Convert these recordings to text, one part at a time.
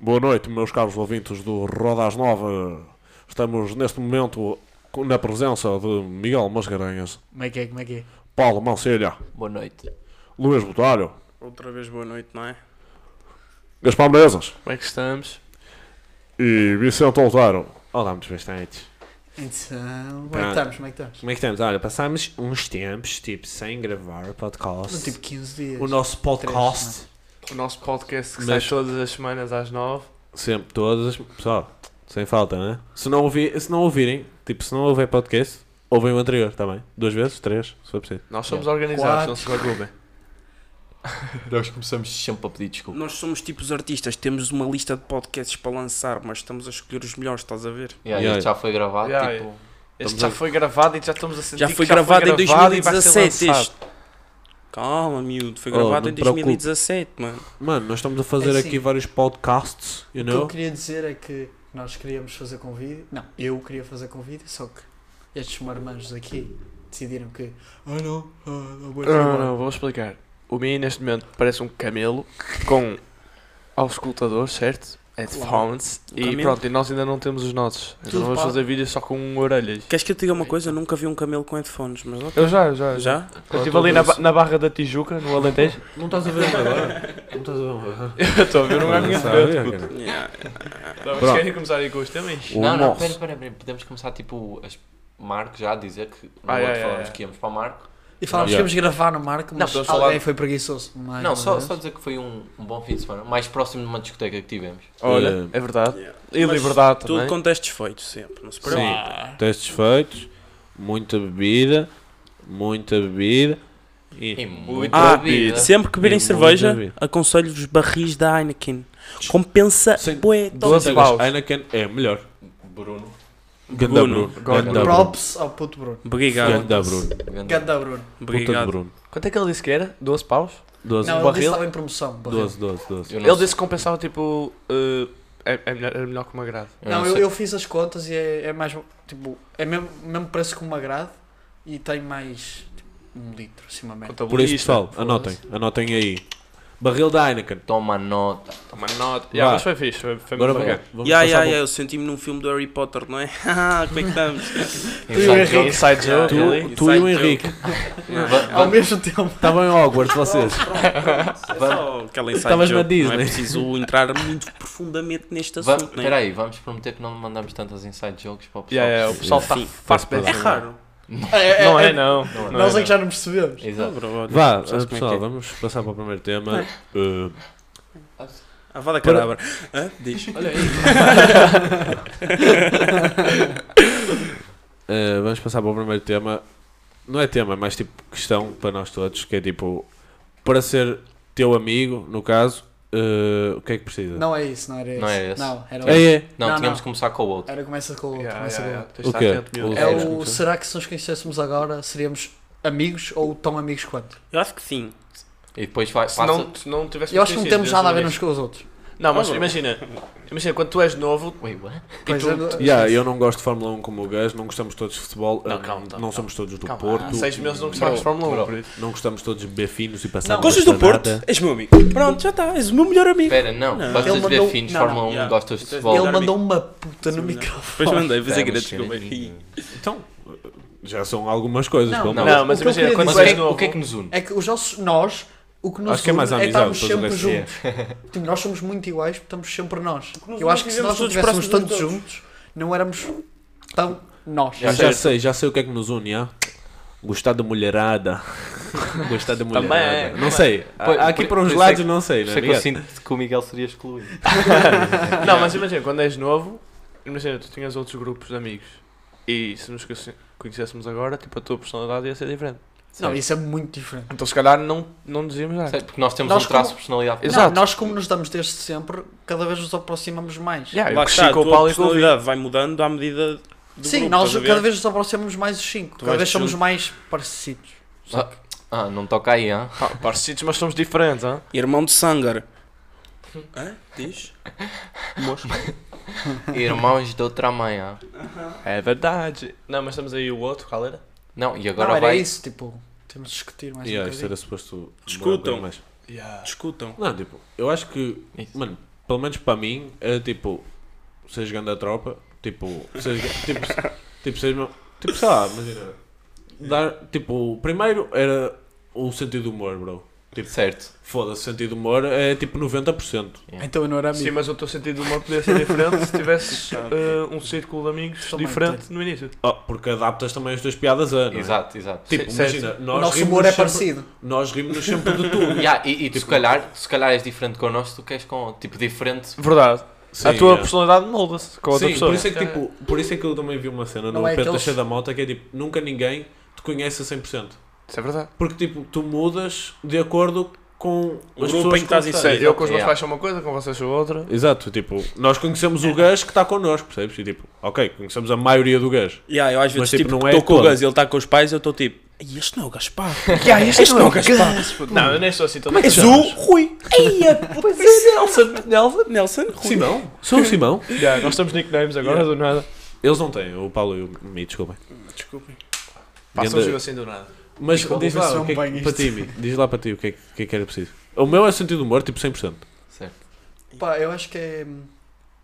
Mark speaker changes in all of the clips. Speaker 1: Boa noite, meus caros ouvintes do Rodas Nova. Estamos neste momento com- na presença de Miguel Mascarenhas,
Speaker 2: Como é que é? Como é que é?
Speaker 1: Paulo Mancelha,
Speaker 3: Boa noite.
Speaker 1: Luís Botalho,
Speaker 4: Outra vez boa noite, não é?
Speaker 1: Gaspar Mesas
Speaker 3: Como é que estamos?
Speaker 1: e Vicente Outeiro. Olá, muito bastantes.
Speaker 2: Então, como é que
Speaker 1: Pronto.
Speaker 2: estamos? Como é que estamos?
Speaker 1: Como é que estamos? Olha, passámos uns tempos, tipo, sem gravar podcast.
Speaker 2: No tipo 15 dias.
Speaker 1: o nosso podcast.
Speaker 3: O nosso podcast que
Speaker 1: Mas-
Speaker 3: sai todas as semanas às nove.
Speaker 1: Sempre todas, pessoal, sem falta, né? Se não, ouvi, se não ouvirem, tipo, se não houver podcast, ouvem o anterior também. Duas vezes, três, se for preciso.
Speaker 3: Nós somos organizados, não se preocupem. Nós começamos sempre a pedir desculpa.
Speaker 4: Nós somos tipo os artistas, temos uma lista de podcasts para lançar, mas estamos a escolher os melhores, estás a ver?
Speaker 5: Yeah,
Speaker 1: Yeah.
Speaker 5: Isto já foi gravado,
Speaker 3: Yeah,
Speaker 5: tipo.
Speaker 3: Este
Speaker 1: Estamos
Speaker 3: já
Speaker 1: a-
Speaker 3: foi gravado e já estamos a sentir
Speaker 4: Já
Speaker 3: que
Speaker 4: foi gravado em
Speaker 3: gravado e vai ser
Speaker 4: 2017
Speaker 3: lançado.
Speaker 4: este. Calma, miúdo, foi
Speaker 1: Oh,
Speaker 4: gravado
Speaker 1: não
Speaker 4: em
Speaker 1: te preocupes.
Speaker 4: 2017, mano.
Speaker 1: Mano, nós estamos a fazer
Speaker 2: É
Speaker 1: aqui
Speaker 2: assim.
Speaker 1: vários podcasts, you
Speaker 2: O que eu
Speaker 1: know?
Speaker 2: queria dizer é que nós queríamos fazer convite. Não, eu queria fazer convite, só que estes marmanjos aqui decidiram que. Ah não, ah, não vou
Speaker 3: Não, não,
Speaker 2: embora."
Speaker 3: não, vou explicar. O Mi neste momento parece um camelo com auscultadores, certo? Headphones.
Speaker 4: Um
Speaker 3: E
Speaker 4: camelo.
Speaker 3: pronto, e nós ainda não temos os nossos. Então
Speaker 2: Tudo
Speaker 3: vamos
Speaker 2: pá.
Speaker 3: fazer vídeos só com orelhas.
Speaker 4: Queres que eu te diga uma coisa? Eu nunca vi um camelo com headphones, mas ok.
Speaker 3: Eu já, eu já. eu já.
Speaker 4: Já?
Speaker 3: Eu estive ali na, ba- na Barra da Tijuca, no Alentejo.
Speaker 1: Não estás a ver agora? Não estás a ver agora?
Speaker 3: Eu estou a ver um gajo minha frente.
Speaker 4: Yeah.
Speaker 3: Não, mas
Speaker 1: Pronto.
Speaker 3: querem começar aí com os temas?
Speaker 1: O
Speaker 5: não, não,
Speaker 1: nosso-
Speaker 5: pera, pera, pera, podemos começar tipo as Marco já a dizer que no outro
Speaker 3: Ah, yeah, yeah,
Speaker 5: falámos
Speaker 3: yeah.
Speaker 5: que íamos para o Marco.
Speaker 2: E falámos
Speaker 1: Yeah.
Speaker 2: que íamos gravar no Marco, mas
Speaker 5: podemos
Speaker 2: alguém
Speaker 5: falar-
Speaker 2: foi preguiçoso. mais
Speaker 5: não,
Speaker 2: uma
Speaker 5: só,
Speaker 2: vez.
Speaker 5: só dizer que foi um, um bom fim de semana, mais próximo de uma discoteca que tivemos.
Speaker 3: Olha, é verdade.
Speaker 4: Yeah.
Speaker 3: E
Speaker 4: Mas
Speaker 3: liberdade
Speaker 4: Tudo
Speaker 3: também.
Speaker 4: com testes feitos, sempre, não se preocupe.
Speaker 1: Sim, testes feitos, muita bebida, muita bebida
Speaker 5: E
Speaker 1: e...
Speaker 5: muito
Speaker 4: Ah,
Speaker 5: bebida.
Speaker 4: Sempre que beberem
Speaker 1: Sim, muito bem.
Speaker 4: cerveja, aconselho-vos barris da Heineken. Compensa
Speaker 1: Sim.
Speaker 4: bué,
Speaker 3: Doze
Speaker 4: top.
Speaker 3: paus.
Speaker 1: Heineken é melhor.
Speaker 5: Bruno,
Speaker 1: Ganda
Speaker 4: Bruno.
Speaker 1: Bruno. Ganda Bruno.
Speaker 2: Props ao puto Bruno.
Speaker 4: Obrigado.
Speaker 1: Ganda Bruno.
Speaker 5: grande
Speaker 2: Ganda Bruno.
Speaker 1: Puta de
Speaker 4: Obrigado.
Speaker 1: Bruno.
Speaker 3: Quanto é que ele disse que era? 12 paus?
Speaker 1: 12,
Speaker 2: Não, ele disse que
Speaker 3: barril?
Speaker 2: estava em promoção. barril.
Speaker 1: 12, 12, 12.
Speaker 5: Eu não
Speaker 3: Ele
Speaker 5: sei-
Speaker 3: disse que compensava tipo. eh, é, é melhor, era melhor que uma grade.
Speaker 5: não
Speaker 2: Não, eu,
Speaker 5: sei.
Speaker 2: eu fiz as contas e é, é mais. Tipo, é mesmo, mesmo preço que uma grade e tem mais. Tipo, um litro, assim, uma merda.
Speaker 1: Por isso,
Speaker 3: Contabilista.
Speaker 1: pessoal, anotem, anotem aí. Barril da Heineken.
Speaker 5: Toma nota.
Speaker 3: Toma nota.
Speaker 1: Vá.
Speaker 3: Yeah, mas foi fixe. Foi, foi
Speaker 1: Agora
Speaker 3: muito
Speaker 1: vamos,
Speaker 3: bacana.
Speaker 1: vamos
Speaker 4: Ya,
Speaker 1: passar
Speaker 4: ya,
Speaker 1: para o-
Speaker 4: ya, eu senti-me num filme do Harry Potter, não é? Haha, Como é que estamos?
Speaker 5: Inside joke.
Speaker 3: Inside joke.
Speaker 1: Tu,
Speaker 3: ali.
Speaker 1: tu e o Henrique.
Speaker 5: Va-
Speaker 2: Ao
Speaker 5: va-
Speaker 2: mesmo tempo.
Speaker 1: Estavam em Tá Hogwarts vocês.
Speaker 4: É Só aquela inside
Speaker 1: Estavas na
Speaker 4: joke,
Speaker 1: Disney.
Speaker 4: Não é preciso entrar muito profundamente neste
Speaker 5: va-
Speaker 4: assunto, né?
Speaker 5: Espera aí, vamos prometer que não mandamos tantas inside jokes para o pessoal.
Speaker 3: Yeah,
Speaker 4: É,
Speaker 3: yeah, o pessoal está
Speaker 4: Sim.
Speaker 3: farto
Speaker 4: É
Speaker 3: dessa-
Speaker 4: raro.
Speaker 3: Não é, não.
Speaker 5: Não é.
Speaker 3: Não
Speaker 2: Nós é
Speaker 3: é,
Speaker 2: que já não percebemos.
Speaker 5: Exato.
Speaker 1: Vá,
Speaker 4: Sabes como é que
Speaker 1: pessoal,
Speaker 4: é?
Speaker 1: vamos passar para o primeiro tema. Uh,
Speaker 4: A vada cadabra. Hã? Ah, Diz.
Speaker 5: Olha aí.
Speaker 1: uh, vamos passar para o primeiro tema. Não é tema, mas tipo questão para nós todos, que é tipo, para ser teu amigo, no caso, uh, o que é que precisa?
Speaker 2: Não é isso, não era isso.
Speaker 5: Não era esse.
Speaker 2: Não, era outro.
Speaker 1: É, é.
Speaker 5: Não,
Speaker 2: Não,
Speaker 5: tínhamos
Speaker 2: não.
Speaker 5: que começar com o outro.
Speaker 2: Era começa com o
Speaker 3: não.
Speaker 2: outro.
Speaker 3: Yeah,
Speaker 2: começa com
Speaker 3: yeah,
Speaker 2: o
Speaker 3: yeah.
Speaker 2: outro.
Speaker 3: Tens de estar
Speaker 1: O quê?
Speaker 3: atento, miúdo.
Speaker 1: O-
Speaker 2: É
Speaker 5: Era
Speaker 2: o
Speaker 1: começar.
Speaker 2: será que se nos conhecêssemos agora seríamos amigos ou tão amigos quanto?
Speaker 4: um- Eu acho que sim.
Speaker 5: E depois vai,
Speaker 3: Se
Speaker 5: passa.
Speaker 3: não, se não tivesse
Speaker 2: Eu acho que não
Speaker 3: conhecido
Speaker 2: temos nada a ver
Speaker 3: desde
Speaker 2: uns com os outros.
Speaker 3: o início. Não, mas imagina, imagina, quando tu és novo,
Speaker 5: Wait, what?
Speaker 2: Pois
Speaker 3: tu-
Speaker 2: é, não-
Speaker 1: Yeah, eu não gosto de Fórmula 1 como o gajo, não gostamos todos de futebol, uh,
Speaker 3: Não,
Speaker 1: não,
Speaker 3: calma, calma,
Speaker 1: somos todos do
Speaker 3: Calma, há
Speaker 1: Porto,
Speaker 3: seis meses não gostavas de
Speaker 5: Bro,
Speaker 3: Fórmula 1,
Speaker 5: bro.
Speaker 3: por isso.
Speaker 1: não gostamos todos de befinos e passamos.
Speaker 4: Gostas do
Speaker 1: esta
Speaker 4: Porto?
Speaker 1: data.
Speaker 4: És meu amigo. Pronto, já está. És o meu melhor amigo.
Speaker 5: Espera, não.
Speaker 4: Não.
Speaker 5: Gostas
Speaker 2: Ele
Speaker 5: de ver
Speaker 2: mandou-
Speaker 5: fins de
Speaker 2: não, não,
Speaker 5: Fórmula 1,
Speaker 4: yeah.
Speaker 5: gostas de
Speaker 4: Então,
Speaker 5: futebol.
Speaker 2: Ele
Speaker 4: Melhor
Speaker 2: mandou uma puta no
Speaker 4: Sim, melhor.
Speaker 2: microfone.
Speaker 4: Depois mandei, fazer
Speaker 5: Espera,
Speaker 4: grande
Speaker 5: mas sim.
Speaker 4: desculpa.
Speaker 1: Então, uh, já são algumas coisas,
Speaker 2: Não,
Speaker 1: pelo
Speaker 5: não.
Speaker 1: menos.
Speaker 3: Não, mas
Speaker 2: o que eu
Speaker 3: imagina,
Speaker 2: queria
Speaker 3: quando
Speaker 5: Mas
Speaker 3: tu
Speaker 5: o que,
Speaker 3: és
Speaker 5: é,
Speaker 3: novo.
Speaker 5: o que é que nos une?
Speaker 2: É que os nossos, nós, o que nos
Speaker 1: Acho que é mais
Speaker 2: une
Speaker 1: a
Speaker 2: é estarmos
Speaker 1: amizade,
Speaker 2: sempre
Speaker 1: depois o resto.
Speaker 2: juntos. Tipo, nós somos muito iguais, porque estamos sempre nós.
Speaker 4: nos
Speaker 2: Eu
Speaker 4: une
Speaker 2: acho que se
Speaker 4: vivemos
Speaker 2: nós não
Speaker 4: todos
Speaker 2: estivéssemos
Speaker 4: próximos
Speaker 2: tanto
Speaker 4: uns dos
Speaker 2: juntos, não éramos tão nós.
Speaker 1: Eu já sei, já sei o que é que nos une, ah? Gostar da mulherada. Gostar da mulherada.
Speaker 3: Também.
Speaker 1: Não sei. Há-
Speaker 5: Pois,
Speaker 1: há aqui
Speaker 5: é, por-
Speaker 1: para
Speaker 5: por
Speaker 1: uns
Speaker 5: isso é
Speaker 1: lados
Speaker 5: que-
Speaker 1: não sei, né?
Speaker 5: Por isso é que eu
Speaker 1: Miguel?
Speaker 5: sinto que o Miguel seria excluído.
Speaker 3: Não, mas imagina, quando és novo, imagina, tu tinhas outros grupos de amigos e se nos conhece- conhecêssemos agora, tipo, a tua personalidade ia ser diferente.
Speaker 2: Não,
Speaker 5: Certo.
Speaker 2: isso é muito diferente.
Speaker 3: Então, se calhar, não, não nos íamos dar.
Speaker 5: Certo, Porque nós temos
Speaker 2: Nós
Speaker 5: um traço de
Speaker 2: como-
Speaker 5: personalidade.
Speaker 3: Exato.
Speaker 2: Não, nós, como nos damos desde sempre, cada vez nos aproximamos mais.
Speaker 3: Yeah,
Speaker 4: Ah, Lá
Speaker 3: eu
Speaker 4: está,
Speaker 3: cresci
Speaker 4: a
Speaker 3: com o
Speaker 4: tua
Speaker 3: Paulo e com o Vitor.
Speaker 4: personalidade vai mudando à medida do
Speaker 2: Sim,
Speaker 4: grupo,
Speaker 2: nós
Speaker 4: estás a ver?
Speaker 2: cada vez nos aproximamos mais os cinco. Cada
Speaker 4: vais
Speaker 2: vez somos
Speaker 4: junto.
Speaker 2: mais parecidos.
Speaker 5: Ah, não toca aí, hã?
Speaker 3: Ah, Parecidos, mas somos diferentes, hã?
Speaker 4: Irmão de Sangar. Hã? Diz?
Speaker 5: Irmãos de outra mãe, hã?
Speaker 3: É verdade. Não, mas estamos aí o outro, qual era?
Speaker 5: Não, e agora
Speaker 2: Não, era
Speaker 5: vai.
Speaker 2: isso, tipo, temos de discutir mais
Speaker 1: Yeah,
Speaker 2: um
Speaker 1: isto
Speaker 2: bocadinho.
Speaker 1: era suposto.
Speaker 4: Discutam.
Speaker 1: Mas...
Speaker 3: Yeah.
Speaker 4: Discutam.
Speaker 1: Não, tipo, eu acho que.
Speaker 5: Isso.
Speaker 1: Mano, pelo menos para mim, é tipo, seres grande a tropa, tipo, seres, ga- tipo, se- tipo, seres, meu- tipo, sei lá, imagina, dar, tipo, primeiro era o sentido do humor, bro. Tipo,
Speaker 5: Certo.
Speaker 1: foda-se, sentido do humor é tipo 90%.
Speaker 2: Então eu não era amigo.
Speaker 3: Sim, mas o teu sentido de humor podia ser diferente se tivesses eh, um círculo de amigos
Speaker 2: Também
Speaker 3: diferente no início.
Speaker 1: Oh, porque adaptas também as tuas piadas a, não é?
Speaker 5: Exato, exato.
Speaker 1: Tipo,
Speaker 3: Sim,
Speaker 1: imagina, nós
Speaker 2: o nosso
Speaker 1: rimos-nos
Speaker 2: humor é
Speaker 1: sempre-
Speaker 2: parecido.
Speaker 1: Nós rimos sempre de tudo.
Speaker 5: Yeah, e e
Speaker 1: Tipo-
Speaker 5: tu, se calhar, se calhar és diferente connosco, tu queres com. Tipo, diferente.
Speaker 3: Verdade. é.
Speaker 1: Sim,
Speaker 3: a tua
Speaker 1: yeah.
Speaker 3: personalidade molda-se com a outra
Speaker 1: Sim,
Speaker 3: pessoa.
Speaker 1: por isso é que tipo, por isso é que eu também vi uma cena
Speaker 2: Não
Speaker 1: no
Speaker 2: é
Speaker 1: é Penta
Speaker 2: aqueles-
Speaker 1: Cheia da Mota que é tipo, nunca ninguém te conhece a 100%.
Speaker 3: Isso é verdade.
Speaker 1: Porque tipo, tu mudas de acordo com
Speaker 4: O
Speaker 1: as
Speaker 4: grupo
Speaker 1: pessoas
Speaker 4: em que estás
Speaker 1: conheces.
Speaker 4: inserido.
Speaker 3: é, Eu com os meus
Speaker 5: Yeah.
Speaker 3: pais sou uma coisa, com vocês sou outra.
Speaker 1: Exato, tipo, nós conhecemos o gajo que está connosco, percebes? E tipo, ok, conhecemos a maioria do gajo.
Speaker 4: Yeah, eu às
Speaker 1: Mas,
Speaker 4: vezes
Speaker 1: tipo,
Speaker 4: tipo,
Speaker 1: não
Speaker 4: estou
Speaker 1: é
Speaker 4: com o
Speaker 1: todo.
Speaker 4: Gus e ele está com os pais, eu estou tipo, "Ei, este não é o Gaspar.
Speaker 3: este
Speaker 2: um
Speaker 4: não é o Gaspar.
Speaker 3: Não, eu nem sou assim tão
Speaker 4: Como é que és o Rui? Ei, a- pois é, Nelson, Nelson, Nelson, Rui.
Speaker 1: Simão? Sou o Simão?
Speaker 3: Yeah, nós temos nicknames agora do nada.
Speaker 1: Eles não têm, o Paulo e o Mi, desculpem.
Speaker 4: Desculpem.
Speaker 3: Passa um
Speaker 1: Ganda-
Speaker 3: jogo assim do nada.
Speaker 1: Mas
Speaker 2: Desculpa,
Speaker 1: diz lá,
Speaker 2: são
Speaker 1: o que é
Speaker 2: bem
Speaker 1: que, para
Speaker 2: isto.
Speaker 1: ti, Mi, diz lá para ti o que é que, o que é que era preciso. O meu é sentido de humor, tipo 100%.
Speaker 5: Certo.
Speaker 2: Pá, eu acho que é. hum,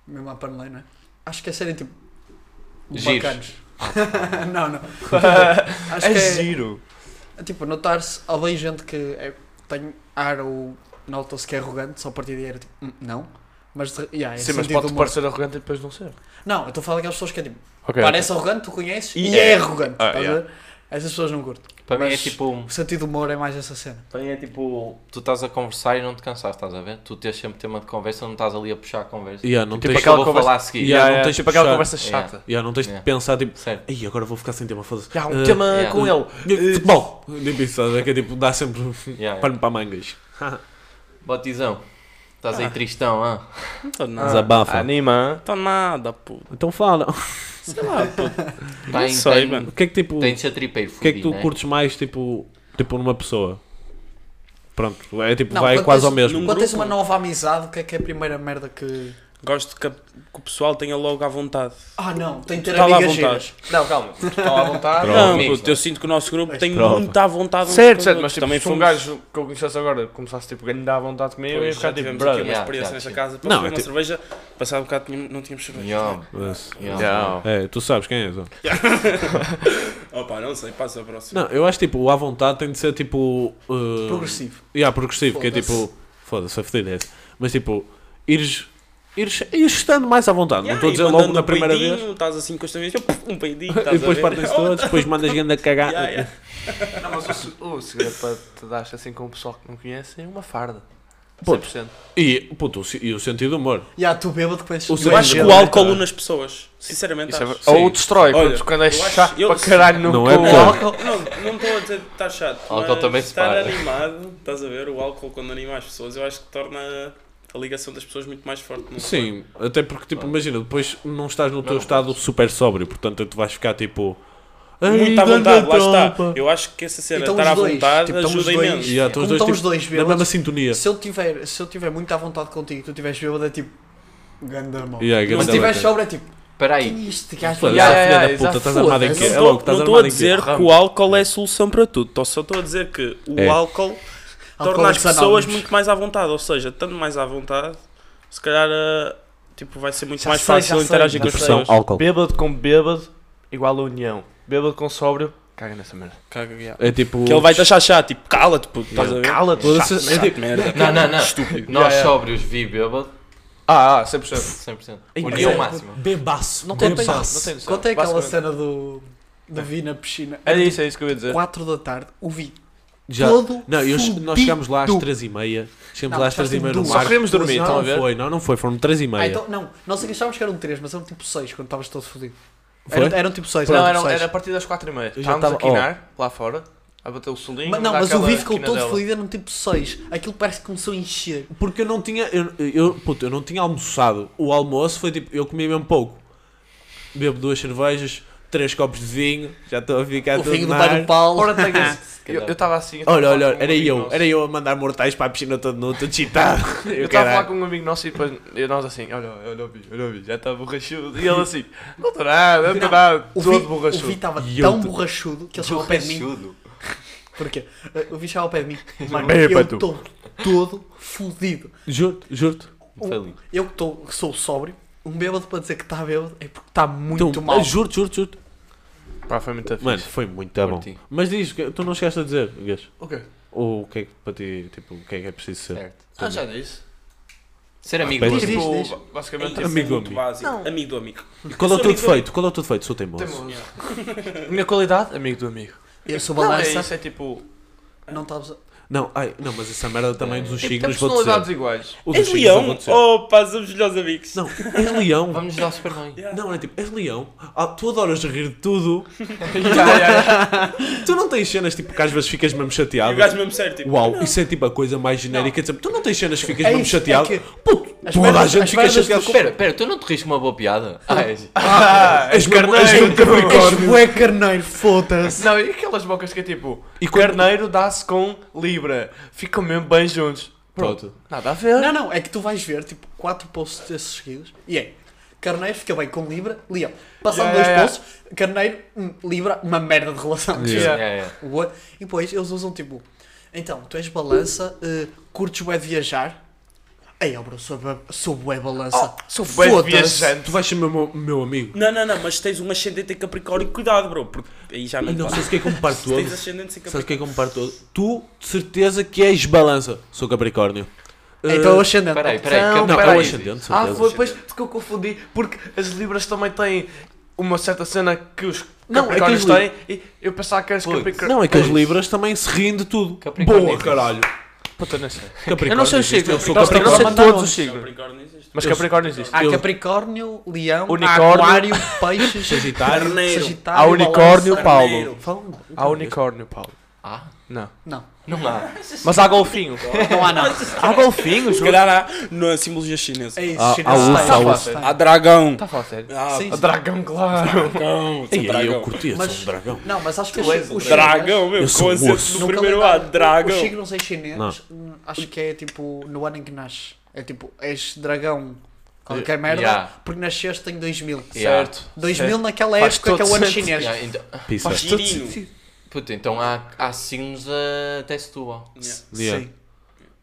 Speaker 2: Mesmo à panelei, não é? Acho que é serem tipo.
Speaker 5: Giros.
Speaker 2: Bacanos. não, não. Acho
Speaker 3: é,
Speaker 2: que é-
Speaker 3: giro.
Speaker 2: É Tipo, notar-se, há bem gente que é, tem ar ou nota-se que é arrogante, só a partir daí era tipo, "Hum, não. Mas, de- yeah, é
Speaker 3: Sim, mas
Speaker 2: sentido
Speaker 3: pode
Speaker 2: humor.
Speaker 3: parecer arrogante e depois não ser.
Speaker 2: Não, eu estou a falar daquelas pessoas que é tipo,
Speaker 3: Ok.
Speaker 2: parece arrogante, tu conheces e,
Speaker 3: E
Speaker 2: é,
Speaker 3: é.
Speaker 2: arrogante.
Speaker 3: Ah,
Speaker 2: estás a
Speaker 3: yeah.
Speaker 2: ver? Essas pessoas não curto.
Speaker 5: Para mim é
Speaker 2: Mas-
Speaker 5: tipo.
Speaker 2: O sentido de humor é mais essa cena.
Speaker 5: Para mim é tipo. Tu estás a conversar e não te cansaste, estás a ver? Tu tens sempre tema de conversa, não estás ali a puxar a conversa.
Speaker 1: Yeah, ah, não
Speaker 3: Tipo
Speaker 1: tens,
Speaker 5: Aquela
Speaker 3: aquela
Speaker 5: vou
Speaker 3: conversa-
Speaker 5: falar a seguir.
Speaker 1: Yeah. não
Speaker 3: é,
Speaker 1: tens de
Speaker 3: tipo aquela
Speaker 1: puxar.
Speaker 3: conversa
Speaker 5: Yeah.
Speaker 3: chata.
Speaker 1: yeah, não tens de
Speaker 5: Yeah.
Speaker 1: pensar, tipo,
Speaker 5: Certo.
Speaker 1: Ei, agora vou ficar sem tema, foda-se.
Speaker 3: Já, um
Speaker 1: Eh,
Speaker 3: tema
Speaker 5: yeah.
Speaker 3: com ele. Uh,
Speaker 1: eh, Futebol! Tipo isso, estás a ver? que é tipo, dá sempre
Speaker 5: Yeah, yeah.
Speaker 1: pano para mangas.
Speaker 5: Batizão. Estás aí tristão, ah?
Speaker 4: Não estou nada. Não
Speaker 1: Desabafa.
Speaker 3: Anima.
Speaker 4: estou nada, puto.
Speaker 1: Então fala.
Speaker 4: Sei lá, puto.
Speaker 5: Tem,
Speaker 4: sei,
Speaker 5: Tá tem,
Speaker 4: mano.
Speaker 1: O que é que tipo.
Speaker 5: tem de ser tripeiro,
Speaker 1: o que é que tu
Speaker 5: fudido, né?
Speaker 1: curtes mais, tipo, tipo, numa pessoa? Pronto, é tipo,
Speaker 2: Não,
Speaker 1: vai
Speaker 2: quando
Speaker 1: quase
Speaker 2: tens-
Speaker 1: ao mesmo.
Speaker 4: num-
Speaker 2: Quando tens
Speaker 4: grupo.
Speaker 2: uma nova amizade, o que é que é a primeira merda que.
Speaker 4: Gosto que, a- que o pessoal tenha logo à vontade.
Speaker 2: Ah, não, tem que ter
Speaker 4: Tá lá à
Speaker 2: amigas
Speaker 4: vontade.
Speaker 2: giras.
Speaker 3: Não, calma. Estão à vontade.
Speaker 1: Prova.
Speaker 4: Não,
Speaker 5: Amigos,
Speaker 4: puto,
Speaker 5: não é?
Speaker 4: eu sinto que o nosso grupo tem
Speaker 1: prova.
Speaker 4: muita vontade. uns com
Speaker 3: Certo,
Speaker 4: os
Speaker 3: certo,
Speaker 4: outros.
Speaker 3: mas tipo,
Speaker 4: também
Speaker 3: se um
Speaker 4: fomos-
Speaker 3: gajo que eu conhecesse agora começasse tipo, a dar vontade comigo, eu ia
Speaker 4: Pois,
Speaker 3: ficar
Speaker 4: já
Speaker 3: tipo,
Speaker 4: tivemos
Speaker 3: brother.
Speaker 4: aqui uma
Speaker 5: yeah,
Speaker 4: experiência
Speaker 5: yeah,
Speaker 4: nesta
Speaker 5: sim.
Speaker 4: casa. Para
Speaker 1: Não,
Speaker 4: não,
Speaker 1: é
Speaker 4: uma
Speaker 1: tipo-
Speaker 4: cerveja, passado um bocado tínhamos- não tínhamos cerveja.
Speaker 5: Nham,
Speaker 1: Mas-
Speaker 5: nham.
Speaker 3: Yeah.
Speaker 1: É, tu sabes quem és. ó.
Speaker 4: Opa, não sei, passa a próxima.
Speaker 1: Não, eu acho tipo, o à vontade tem de ser tipo. Uh...
Speaker 2: Progressivo.
Speaker 1: Yeah, progressivo, que é
Speaker 2: Foda-se.
Speaker 1: tipo. Foda-se, a fedida é essa. Mas tipo, ires. Ires, ires estando mais à vontade. não estou a dizer logo na primeira vez.
Speaker 4: um Estás assim constantemente, um peidinho, estás
Speaker 1: E depois
Speaker 4: a ver?
Speaker 1: partem-se todos, depois mandas grande a cagar.
Speaker 4: Yeah, yeah.
Speaker 3: Não, mas o, se- o segredo para te dar assim com o pessoal que não conhece é uma farda.
Speaker 1: Puto.
Speaker 3: 100%.
Speaker 1: E, puto, o se- e o sentido do humor.
Speaker 2: E há tu bêbado que pensas.
Speaker 1: O
Speaker 4: Eu
Speaker 1: sentido
Speaker 4: acho
Speaker 1: do
Speaker 4: que o
Speaker 1: humor.
Speaker 4: álcool une as pessoas, sinceramente.
Speaker 3: Isso é
Speaker 4: acho.
Speaker 1: Oh.
Speaker 3: ver- Ou o destrói,
Speaker 4: Olha,
Speaker 3: quando- quando é
Speaker 4: eu acho-
Speaker 3: chato
Speaker 4: eu-
Speaker 3: para caralho no
Speaker 1: Não é
Speaker 3: cu.
Speaker 1: bom.
Speaker 4: O álcool- não, não estou a dizer que está chato.
Speaker 5: Álcool
Speaker 4: mas
Speaker 5: também se
Speaker 4: estar
Speaker 5: para.
Speaker 4: animado, estás a ver? O álcool quando anima as pessoas, eu acho que torna a ligação das pessoas muito mais forte. não é?
Speaker 1: Sim, até porque, tipo, imagina, depois não estás no teu
Speaker 5: não
Speaker 1: estado super sóbrio, portanto tu vais ficar tipo. "Ei,
Speaker 4: Muito à
Speaker 1: ganda
Speaker 4: vontade, lá
Speaker 1: tropa."
Speaker 4: está. Eu acho que essa cena,
Speaker 2: Então
Speaker 4: estar
Speaker 2: os
Speaker 4: à
Speaker 2: dois,
Speaker 4: vontade,
Speaker 2: tipo, estão os
Speaker 4: ajuda
Speaker 2: dois.
Speaker 4: imenso.
Speaker 1: E há todos
Speaker 2: Como
Speaker 1: dois,
Speaker 2: estão
Speaker 1: tipo,
Speaker 2: os dois
Speaker 1: na mesma
Speaker 2: bêbados,
Speaker 1: sintonia.
Speaker 2: se eu tiver, se eu tiver muito à vontade contigo e tu tiveres bêbado, é tipo. Ganda mão.
Speaker 1: Yeah, ganda
Speaker 2: Mas se tiveres
Speaker 1: bacana.
Speaker 2: sobra, é tipo.
Speaker 5: Espera
Speaker 2: "Quem
Speaker 5: aí.
Speaker 2: é Este gajo
Speaker 1: Foda-se,
Speaker 3: Yeah,
Speaker 1: ah, filha
Speaker 3: yeah,
Speaker 1: da
Speaker 3: yeah,
Speaker 1: puta,
Speaker 3: já
Speaker 1: estás armado em
Speaker 4: Não
Speaker 1: quê? É
Speaker 4: tô-
Speaker 1: logo, estás
Speaker 4: não estou a
Speaker 1: armado em quê?
Speaker 4: dizer que o álcool é a solução para tudo, tô- só estou a dizer que o
Speaker 1: É.
Speaker 4: álcool torna as
Speaker 2: Alcoólicos
Speaker 4: pessoas
Speaker 2: Anónimos.
Speaker 4: muito mais à vontade, ou seja, tanto mais à vontade, se calhar ah, tipo, vai ser muito
Speaker 2: Já
Speaker 4: mais
Speaker 2: sei, já
Speaker 4: fácil
Speaker 2: sei,
Speaker 4: interagir
Speaker 2: já
Speaker 4: com as
Speaker 2: sei.
Speaker 4: pessoas.
Speaker 1: álcool.
Speaker 3: Bêbado com bêbado igual a união. Bêbado com sóbrio, caga nessa merda.
Speaker 4: Caga, yeah.
Speaker 1: É tipo.
Speaker 4: Que ele vai te achar chato, tipo, cala-te, puto, estás a ver?
Speaker 3: Cala-te.
Speaker 1: Foda-se,
Speaker 3: chato.
Speaker 1: é tipo-
Speaker 4: Chato, né? merda.
Speaker 5: Não, não, não.
Speaker 4: Estúpido.
Speaker 5: Nós
Speaker 3: Yeah, yeah.
Speaker 5: sóbrios vi bêbado.
Speaker 3: Ah, ah, 100%.
Speaker 5: 100%.
Speaker 1: Ei,
Speaker 5: União
Speaker 1: eu-
Speaker 5: máxima.
Speaker 1: Bebaço. Não
Speaker 2: Quanto
Speaker 1: tem
Speaker 2: é-
Speaker 3: não tem noção.
Speaker 2: Quanto é aquela
Speaker 3: Basicamente.
Speaker 2: cena do. do vi na piscina?
Speaker 3: Era isso, é isso que eu ia dizer.
Speaker 2: 4 da tarde, o vi
Speaker 1: Já.
Speaker 2: todo.
Speaker 1: Não, eu- nós chegámos lá às
Speaker 2: fudido.
Speaker 1: 3h30. Chegámos
Speaker 2: Não,
Speaker 1: lá às
Speaker 2: já
Speaker 1: 3h30 no
Speaker 2: tem duas.
Speaker 3: Só
Speaker 1: mar.
Speaker 3: queremos dormir,
Speaker 1: Não,
Speaker 3: estão a
Speaker 1: não
Speaker 3: ver?
Speaker 1: foi, não, não foi, foram
Speaker 2: Ah,
Speaker 1: 3h30.
Speaker 2: então, não, nós aqui achávamos que eram 3, mas eram tipo 6 quando estavas todo fodido.
Speaker 1: Foi?
Speaker 2: Era, eram tipo 6,
Speaker 3: Não,
Speaker 2: eram tipo
Speaker 3: era, um-
Speaker 2: seis.
Speaker 3: era a partir das 4h30.
Speaker 1: Eu já
Speaker 3: Estávamos a
Speaker 1: tava- oh.
Speaker 3: quinar lá fora, a bater o solinho.
Speaker 2: Mas, não, mas o
Speaker 3: daquela
Speaker 2: vi ficou todo
Speaker 3: quinadela.
Speaker 2: fodido, eram tipo 6. Aquilo parece que começou a encher.
Speaker 1: Porque eu não tinha. Eu, eu, puto, eu não tinha almoçado. O almoço foi tipo. Eu comi mesmo pouco. Bebo duas cervejas, três copos de vinho. Já estou a ficar
Speaker 2: o
Speaker 1: tudo
Speaker 2: vinho do
Speaker 1: na
Speaker 2: pai é
Speaker 1: ar.
Speaker 2: do Paulo.
Speaker 3: Ora, tenho- Eu eu estava assim. eu tava
Speaker 1: Olha,
Speaker 3: a
Speaker 1: olha,
Speaker 3: falar com um
Speaker 1: era
Speaker 3: amigo
Speaker 1: eu.
Speaker 3: nosso.
Speaker 1: Era eu a mandar mortais para a piscina todo nu, todo cheatado.
Speaker 3: Eu estava a falar com um amigo nosso e depois e nós assim, olha, olha o Vi, olha o Vi, já está borrachudo. E ele assim, não estou nada, não estou
Speaker 2: Não,
Speaker 3: nada,
Speaker 2: O
Speaker 3: todo
Speaker 2: Vi- o Vi
Speaker 3: borrachudo.
Speaker 2: estava
Speaker 1: E eu
Speaker 2: tão
Speaker 1: te-
Speaker 2: borrachudo que ele chegou ao pé de mim. Porquê? Eh, O Vi chegava ao pé de mim. Mano,
Speaker 3: Bem,
Speaker 2: eu
Speaker 3: pá, tu.
Speaker 2: estou todo fodido.
Speaker 1: Juro-te, juro-te.
Speaker 2: Um
Speaker 5: Foi lindo.
Speaker 2: Eu que, tô, que sou sóbrio, um bêbado para dizer que está bêbado é porque está muito
Speaker 1: Então,
Speaker 2: mal.
Speaker 1: ah, Juro, juro, juro.
Speaker 3: Pá, foi muito
Speaker 1: Mano,
Speaker 3: fixe.
Speaker 1: foi muito bom.
Speaker 5: Curti.
Speaker 1: Mas diz, que tu não chegaste a dizer, Guês,
Speaker 3: O quê?
Speaker 1: o que é que para ti, tipo, o que é que é preciso ser?
Speaker 5: Certo.
Speaker 3: Ah, já disse.
Speaker 5: Ser amigo
Speaker 1: pera,
Speaker 5: do
Speaker 2: Diz,
Speaker 5: amigo.
Speaker 2: diz, diz.
Speaker 3: Tipo, basicamente,
Speaker 4: Amigo,
Speaker 1: Amigo do
Speaker 4: é muito
Speaker 1: amigo.
Speaker 4: básico.
Speaker 2: Não.
Speaker 4: Amigo do amigo.
Speaker 1: E Qual é o teu
Speaker 4: Eu sou amigo do
Speaker 1: defeito? Qual é o teu defeito? Sou teimoso.
Speaker 3: Teimoso.
Speaker 4: Yeah.
Speaker 3: Minha qualidade, amigo do amigo.
Speaker 2: Eu sou
Speaker 3: Não, é
Speaker 2: balança,
Speaker 3: isso, é tipo...
Speaker 2: não estás.
Speaker 1: Não, ai, não, mas essa merda também dos
Speaker 3: Tipo, tem
Speaker 1: signos vou
Speaker 3: personalidades
Speaker 1: dizer.
Speaker 3: iguais.
Speaker 1: O dos
Speaker 4: És
Speaker 1: signos eu
Speaker 4: É leão?
Speaker 1: vou dizer.
Speaker 4: Opa, somos melhores amigos.
Speaker 1: Não, és leão.
Speaker 5: Vamos dar super bem.
Speaker 4: Yeah.
Speaker 1: Não, é tipo, és leão, ah, tu adoras rir de tudo,
Speaker 3: Já, já, já.
Speaker 1: tu não tens cenas tipo que às vezes ficas mesmo
Speaker 4: E
Speaker 1: chateado.
Speaker 4: o gajo mesmo sério, tipo.
Speaker 1: Uau,
Speaker 4: não.
Speaker 1: isso é tipo a coisa mais genérica de sempre. Tu não tens cenas que ficas
Speaker 2: É
Speaker 1: mesmo
Speaker 2: isso, é
Speaker 1: chateado.
Speaker 2: que-
Speaker 1: Puto,
Speaker 2: as
Speaker 1: toda a
Speaker 2: merdas-
Speaker 1: gente
Speaker 2: as
Speaker 1: fica
Speaker 2: merdas
Speaker 1: chateado
Speaker 2: dos
Speaker 1: com
Speaker 5: Espera, espera, tu não te riste uma boa piada?
Speaker 3: é.
Speaker 5: Ah, és.
Speaker 3: Ah,
Speaker 1: És mesmo- és
Speaker 3: carneiro.
Speaker 1: mesmo Capricórnio.
Speaker 2: Ué, carneiro, foda-se.
Speaker 3: Não, e aquelas bocas que é tipo...
Speaker 1: E
Speaker 3: E
Speaker 1: quando-
Speaker 3: carneiro dá-se com libra. Ficam mesmo bem juntos. Pronto.
Speaker 1: Pronto.
Speaker 3: Nada a ver.
Speaker 2: Não, não, é que tu vais ver tipo 4 posts desses seguidos e é. Carneiro fica bem com Libra, Leão. Passando
Speaker 3: Yeah,
Speaker 2: dois
Speaker 3: yeah,
Speaker 2: posts, Carneiro, hum, Libra, uma merda de relação.
Speaker 1: Yeah.
Speaker 5: Yeah, yeah.
Speaker 2: What? E depois eles usam tipo: Então, tu és balança, eh, curtes bué de viajar? Ei, ó, bro, sou, bué- sou bué balança. sou
Speaker 3: bué de
Speaker 2: foda-se.
Speaker 3: viajante.
Speaker 1: Tu vais ser meu, meu amigo.
Speaker 4: Não, não, não, mas tens um ascendente em Capricórnio, cuidado, bro, porque aí já não.
Speaker 1: Ai, não,
Speaker 4: dá.
Speaker 1: sabes o que é que eu me parto
Speaker 4: Se tens
Speaker 1: todo?
Speaker 4: ascendente em
Speaker 1: Sabes o
Speaker 4: Capricórnio.
Speaker 1: que é que eu me parto todo? Tu, de certeza que és balança. Sou Capricórnio.
Speaker 2: Então,
Speaker 1: Eh,
Speaker 2: o ascendente.
Speaker 5: Peraí, peraí.
Speaker 3: Não,
Speaker 5: calma.
Speaker 1: Não, é
Speaker 3: peraí.
Speaker 1: o ascendente,
Speaker 3: Ah,
Speaker 1: certeza.
Speaker 3: foi, pois, porque eu confundi, porque as libras também têm uma certa cena que os
Speaker 1: Não, é que
Speaker 3: capricórnios
Speaker 1: as
Speaker 3: têm, e eu pensava que eras
Speaker 5: Putz.
Speaker 3: capricórnio.
Speaker 1: Não, é que as libras também se riem de tudo.
Speaker 5: Capricórnio.
Speaker 1: Boa, caralho.
Speaker 3: Puta, não sei.
Speaker 1: Capricórnio.
Speaker 3: Eu não sei os
Speaker 1: existe,
Speaker 3: signos,
Speaker 1: eu sou
Speaker 3: nós- eu não sei
Speaker 1: Capricórnio.
Speaker 3: todos os signos.
Speaker 4: Capricórnio existe.
Speaker 3: Mas capricórnio existe.
Speaker 2: Há
Speaker 1: Eu-
Speaker 2: Capricórnio, Leão,
Speaker 3: Unicórnio.
Speaker 2: Aquário, Peixes,
Speaker 1: Sagitário.
Speaker 4: Carneiro.
Speaker 2: Sagitário,
Speaker 3: Há unicórnio,
Speaker 2: Balança.
Speaker 4: Carneiro.
Speaker 1: Fala-me.
Speaker 3: Há unicórnio, Paulo.
Speaker 5: Ah,
Speaker 3: Não.
Speaker 2: Não,
Speaker 5: não há.
Speaker 3: Mas há golfinho.
Speaker 2: não há não.
Speaker 3: há golfinho,
Speaker 4: Se
Speaker 3: João.
Speaker 4: calhar há na simbologia chinesa.
Speaker 2: É isso,
Speaker 1: Ah,
Speaker 2: China
Speaker 1: há urso,
Speaker 2: Style.
Speaker 1: há
Speaker 2: Style.
Speaker 1: urso.
Speaker 2: Style.
Speaker 4: Há dragão.
Speaker 1: Tá
Speaker 3: Está a falar sério.
Speaker 4: Ah,
Speaker 2: Sim,
Speaker 3: O
Speaker 2: sim.
Speaker 3: dragão, claro.
Speaker 4: dragão.
Speaker 1: Ei,
Speaker 4: dragão.
Speaker 1: eu curti, sou
Speaker 2: Mas-
Speaker 1: um dragão.
Speaker 2: Não, mas acho que
Speaker 3: Tu
Speaker 2: os-
Speaker 3: és
Speaker 2: os
Speaker 4: Dragão, meu,
Speaker 1: Eu
Speaker 4: com
Speaker 1: sou
Speaker 4: o acento
Speaker 1: urso.
Speaker 4: no
Speaker 2: No
Speaker 4: primeiro A,
Speaker 2: calendário,
Speaker 4: ah, dragão.
Speaker 2: Os signos em chinês, hum, acho que é tipo no ano em que nasces. É tipo, és dragão qualquer merda,
Speaker 5: Eh, yeah.
Speaker 2: porque nasceste em 2000.
Speaker 5: Yeah.
Speaker 3: Certo.
Speaker 2: 2000 naquela
Speaker 3: Faz
Speaker 2: época que é o
Speaker 3: todo
Speaker 2: ano
Speaker 3: sentido.
Speaker 2: chinês.
Speaker 5: Yeah, então,
Speaker 1: Pizza.
Speaker 3: Faz todo
Speaker 4: Girino.
Speaker 3: sentido.
Speaker 5: puta, então há, há signos a até Setúbal.
Speaker 4: Yeah.
Speaker 1: Yeah.
Speaker 2: Sim.